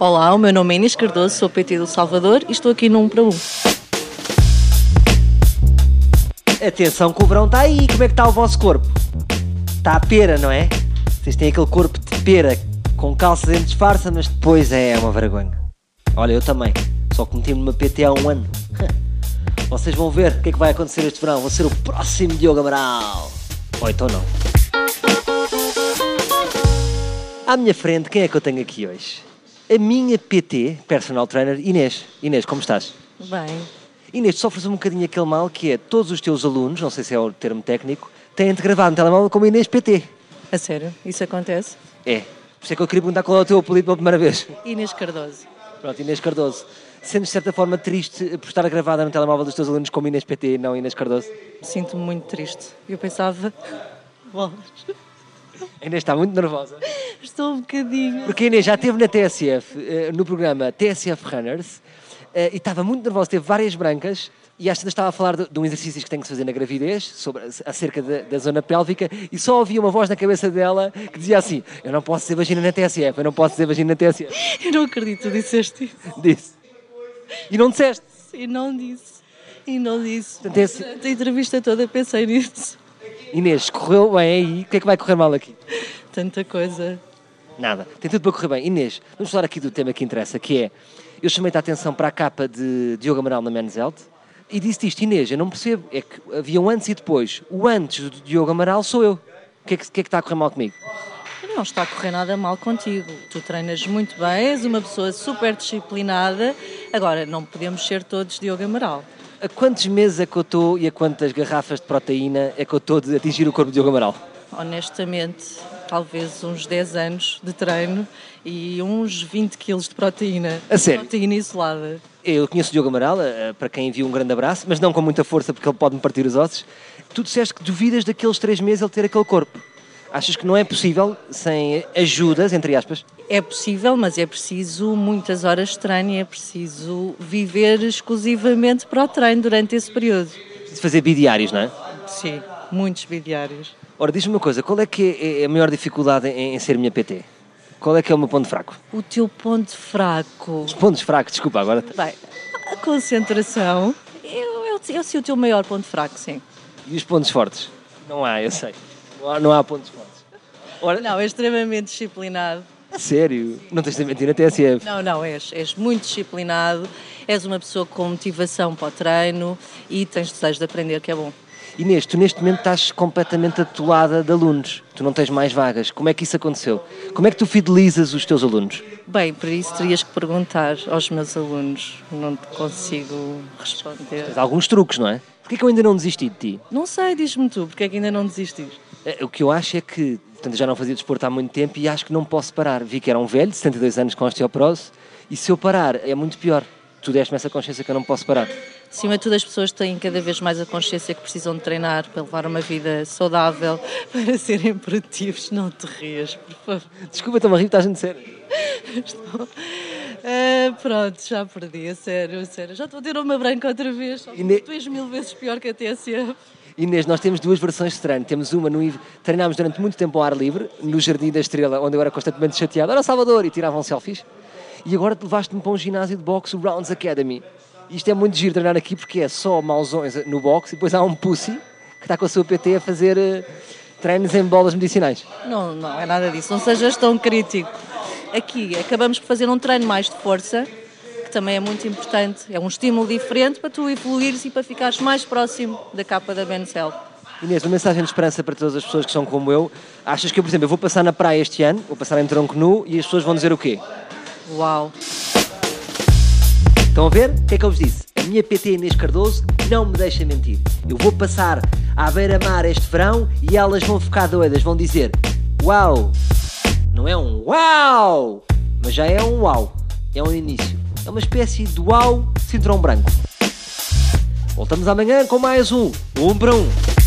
Olá, o meu nome é Inês Cardoso, sou PT do Salvador e estou aqui no 1 para 1. Atenção que o verão está aí, como é que está o vosso corpo? Está a pera, não é? Vocês têm aquele corpo de pera com calças em disfarça, mas depois é uma vergonha. Olha, eu também, só que meti-me numa PT há um ano. Vocês vão ver o que é que vai acontecer este verão, vou ser o próximo Diogo Amaral. Ou então não. À minha frente, quem é que eu tenho aqui hoje? A minha PT, personal trainer, Inês. Inês, como estás? Bem, Inês, tu sofres um bocadinho aquele mal que é todos os teus alunos, não sei se é o termo técnico, têm de gravar no telemóvel como Inês PT. a sério, isso acontece? É. Por isso é que eu queria perguntar qual é o teu apelido pela primeira vez. Inês Cardoso. Pronto, Inês Cardoso. Sentes de certa forma triste por estar gravada no telemóvel dos teus alunos como Inês PT e não Inês Cardoso? Sinto-me muito triste. Eu pensava. Bolas. A Inês está muito nervosa. Estou um bocadinho. Porque a Inês já esteve na TSF, eh, no programa TSF Runners, eh, e estava muito nervosa, teve várias brancas, e às tantas estava a falar de, de um exercício que tem que se fazer na gravidez, sobre, acerca da, da zona pélvica, e só ouvia uma voz na cabeça dela que dizia assim, eu não posso ser vagina na TSF, eu não posso ser vagina na TSF. Eu não acredito que tu disseste isso. Disse. E não disseste. E não disse. E não disse. Portanto, é assim- Durante a entrevista toda pensei nisso. Inês, correu bem aí, o que é que vai correr mal aqui? Tanta coisa. Nada. Tem tudo para correr bem. Inês, vamos falar aqui do tema que interessa, que é... Eu chamei-te a atenção para a capa de Diogo Amaral na Men's Health e disse-te isto, Inês, eu não percebo, é que havia um antes e depois. O antes do Diogo Amaral sou eu. O que é que, o que é que está a correr mal comigo? Não está a correr nada mal contigo. Tu treinas muito bem, és uma pessoa super disciplinada. Agora, não podemos ser todos Diogo Amaral. A quantos meses é que eu estou e a quantas garrafas de proteína é que eu estou de atingir o corpo de Diogo Amaral? Honestamente, talvez uns 10 anos de treino e uns 20 quilos de proteína. A sério? Proteína isolada. Eu conheço o Diogo Amaral, eh, para quem envia um grande abraço, mas não com muita força porque ele pode-me partir os ossos. Tu disseste que duvidas daqueles três meses ele ter aquele corpo. Achas que não é possível sem ajudas, entre aspas? É possível, mas é preciso muitas horas de treino e é preciso viver exclusivamente para o treino durante esse período. de fazer bidiários, não é? Sim, muitos bidiários. Ora, diz-me uma coisa, qual é que é- é a maior dificuldade em, em ser minha PT? Qual é que é o meu ponto fraco? O teu ponto fraco. Os pontos fracos, desculpa, agora. Bem, a concentração. Eu, eu, eu sei o teu maior ponto fraco, sim. E os pontos fortes? Não há, eu sei. Não há, não há pontos fortes. Ora, Não, és extremamente disciplinado. a sério, não tens de mentir na TSF. Não, não, és, és muito disciplinado, és uma pessoa com motivação para o treino e tens desejo de aprender, que é bom. Inês, tu neste momento estás completamente atolada de alunos. Tu não tens mais vagas. Como é que isso aconteceu? Como é que tu fidelizas os teus alunos? Bem, por isso terias que perguntar aos meus alunos, não te consigo responder. Tens alguns truques, não é? Porquê que eu ainda não desisti de ti? Não sei, diz-me tu, porque é que ainda não desististe? Eh, O que eu acho é que, portanto, eu já não fazia desporto há muito tempo e acho que não posso parar. Vi que era um velho, de 72 anos, com osteoporose, e se eu parar é muito pior. Tu deste-me essa consciência que eu não posso parar. Acima de tudo, as pessoas têm cada vez mais a consciência que precisam de treinar para levar uma vida saudável, para serem produtivos. Não te rias, por favor. Desculpa, estou-me a rir, estás a sério. Ah, pronto, já perdi, a sério, a sério. Já estou a ter uma branca outra vez. só que Ine- Tu és mil vezes pior que a TSF. Inês, nós temos duas versões de treino. Temos uma no IV- Treinámos durante muito tempo ao ar livre, no Jardim da Estrela, onde eu era constantemente chateado. Era Salvador! E tiravam selfies. E agora levaste-me para um ginásio de boxe, o Rounds Academy. Isto é muito giro treinar aqui porque é só mauzões no boxe e depois há um pussy que está com a sua PT a fazer eh, treinos em bolas medicinais. Não, não é nada disso, não sejas tão crítico. Aqui acabamos por fazer um treino mais de força, que também é muito importante. É um estímulo diferente para tu evoluires e para ficares mais próximo da capa da Ben Cell. Inês, uma mensagem de esperança para todas as pessoas que são como eu. Achas que eu, por exemplo, eu vou passar na praia este ano, vou passar em tronco nu e as pessoas vão dizer o quê? Uau! Estão a ver? O que é que eu vos disse? A minha PT Inês Cardoso não me deixa mentir. Eu vou passar à beira-mar este verão e elas vão ficar doidas, vão dizer Uau! Não é um uau! Mas já é um uau. É um início. É uma espécie de uau cinturão branco. Voltamos amanhã com mais um. Um para um.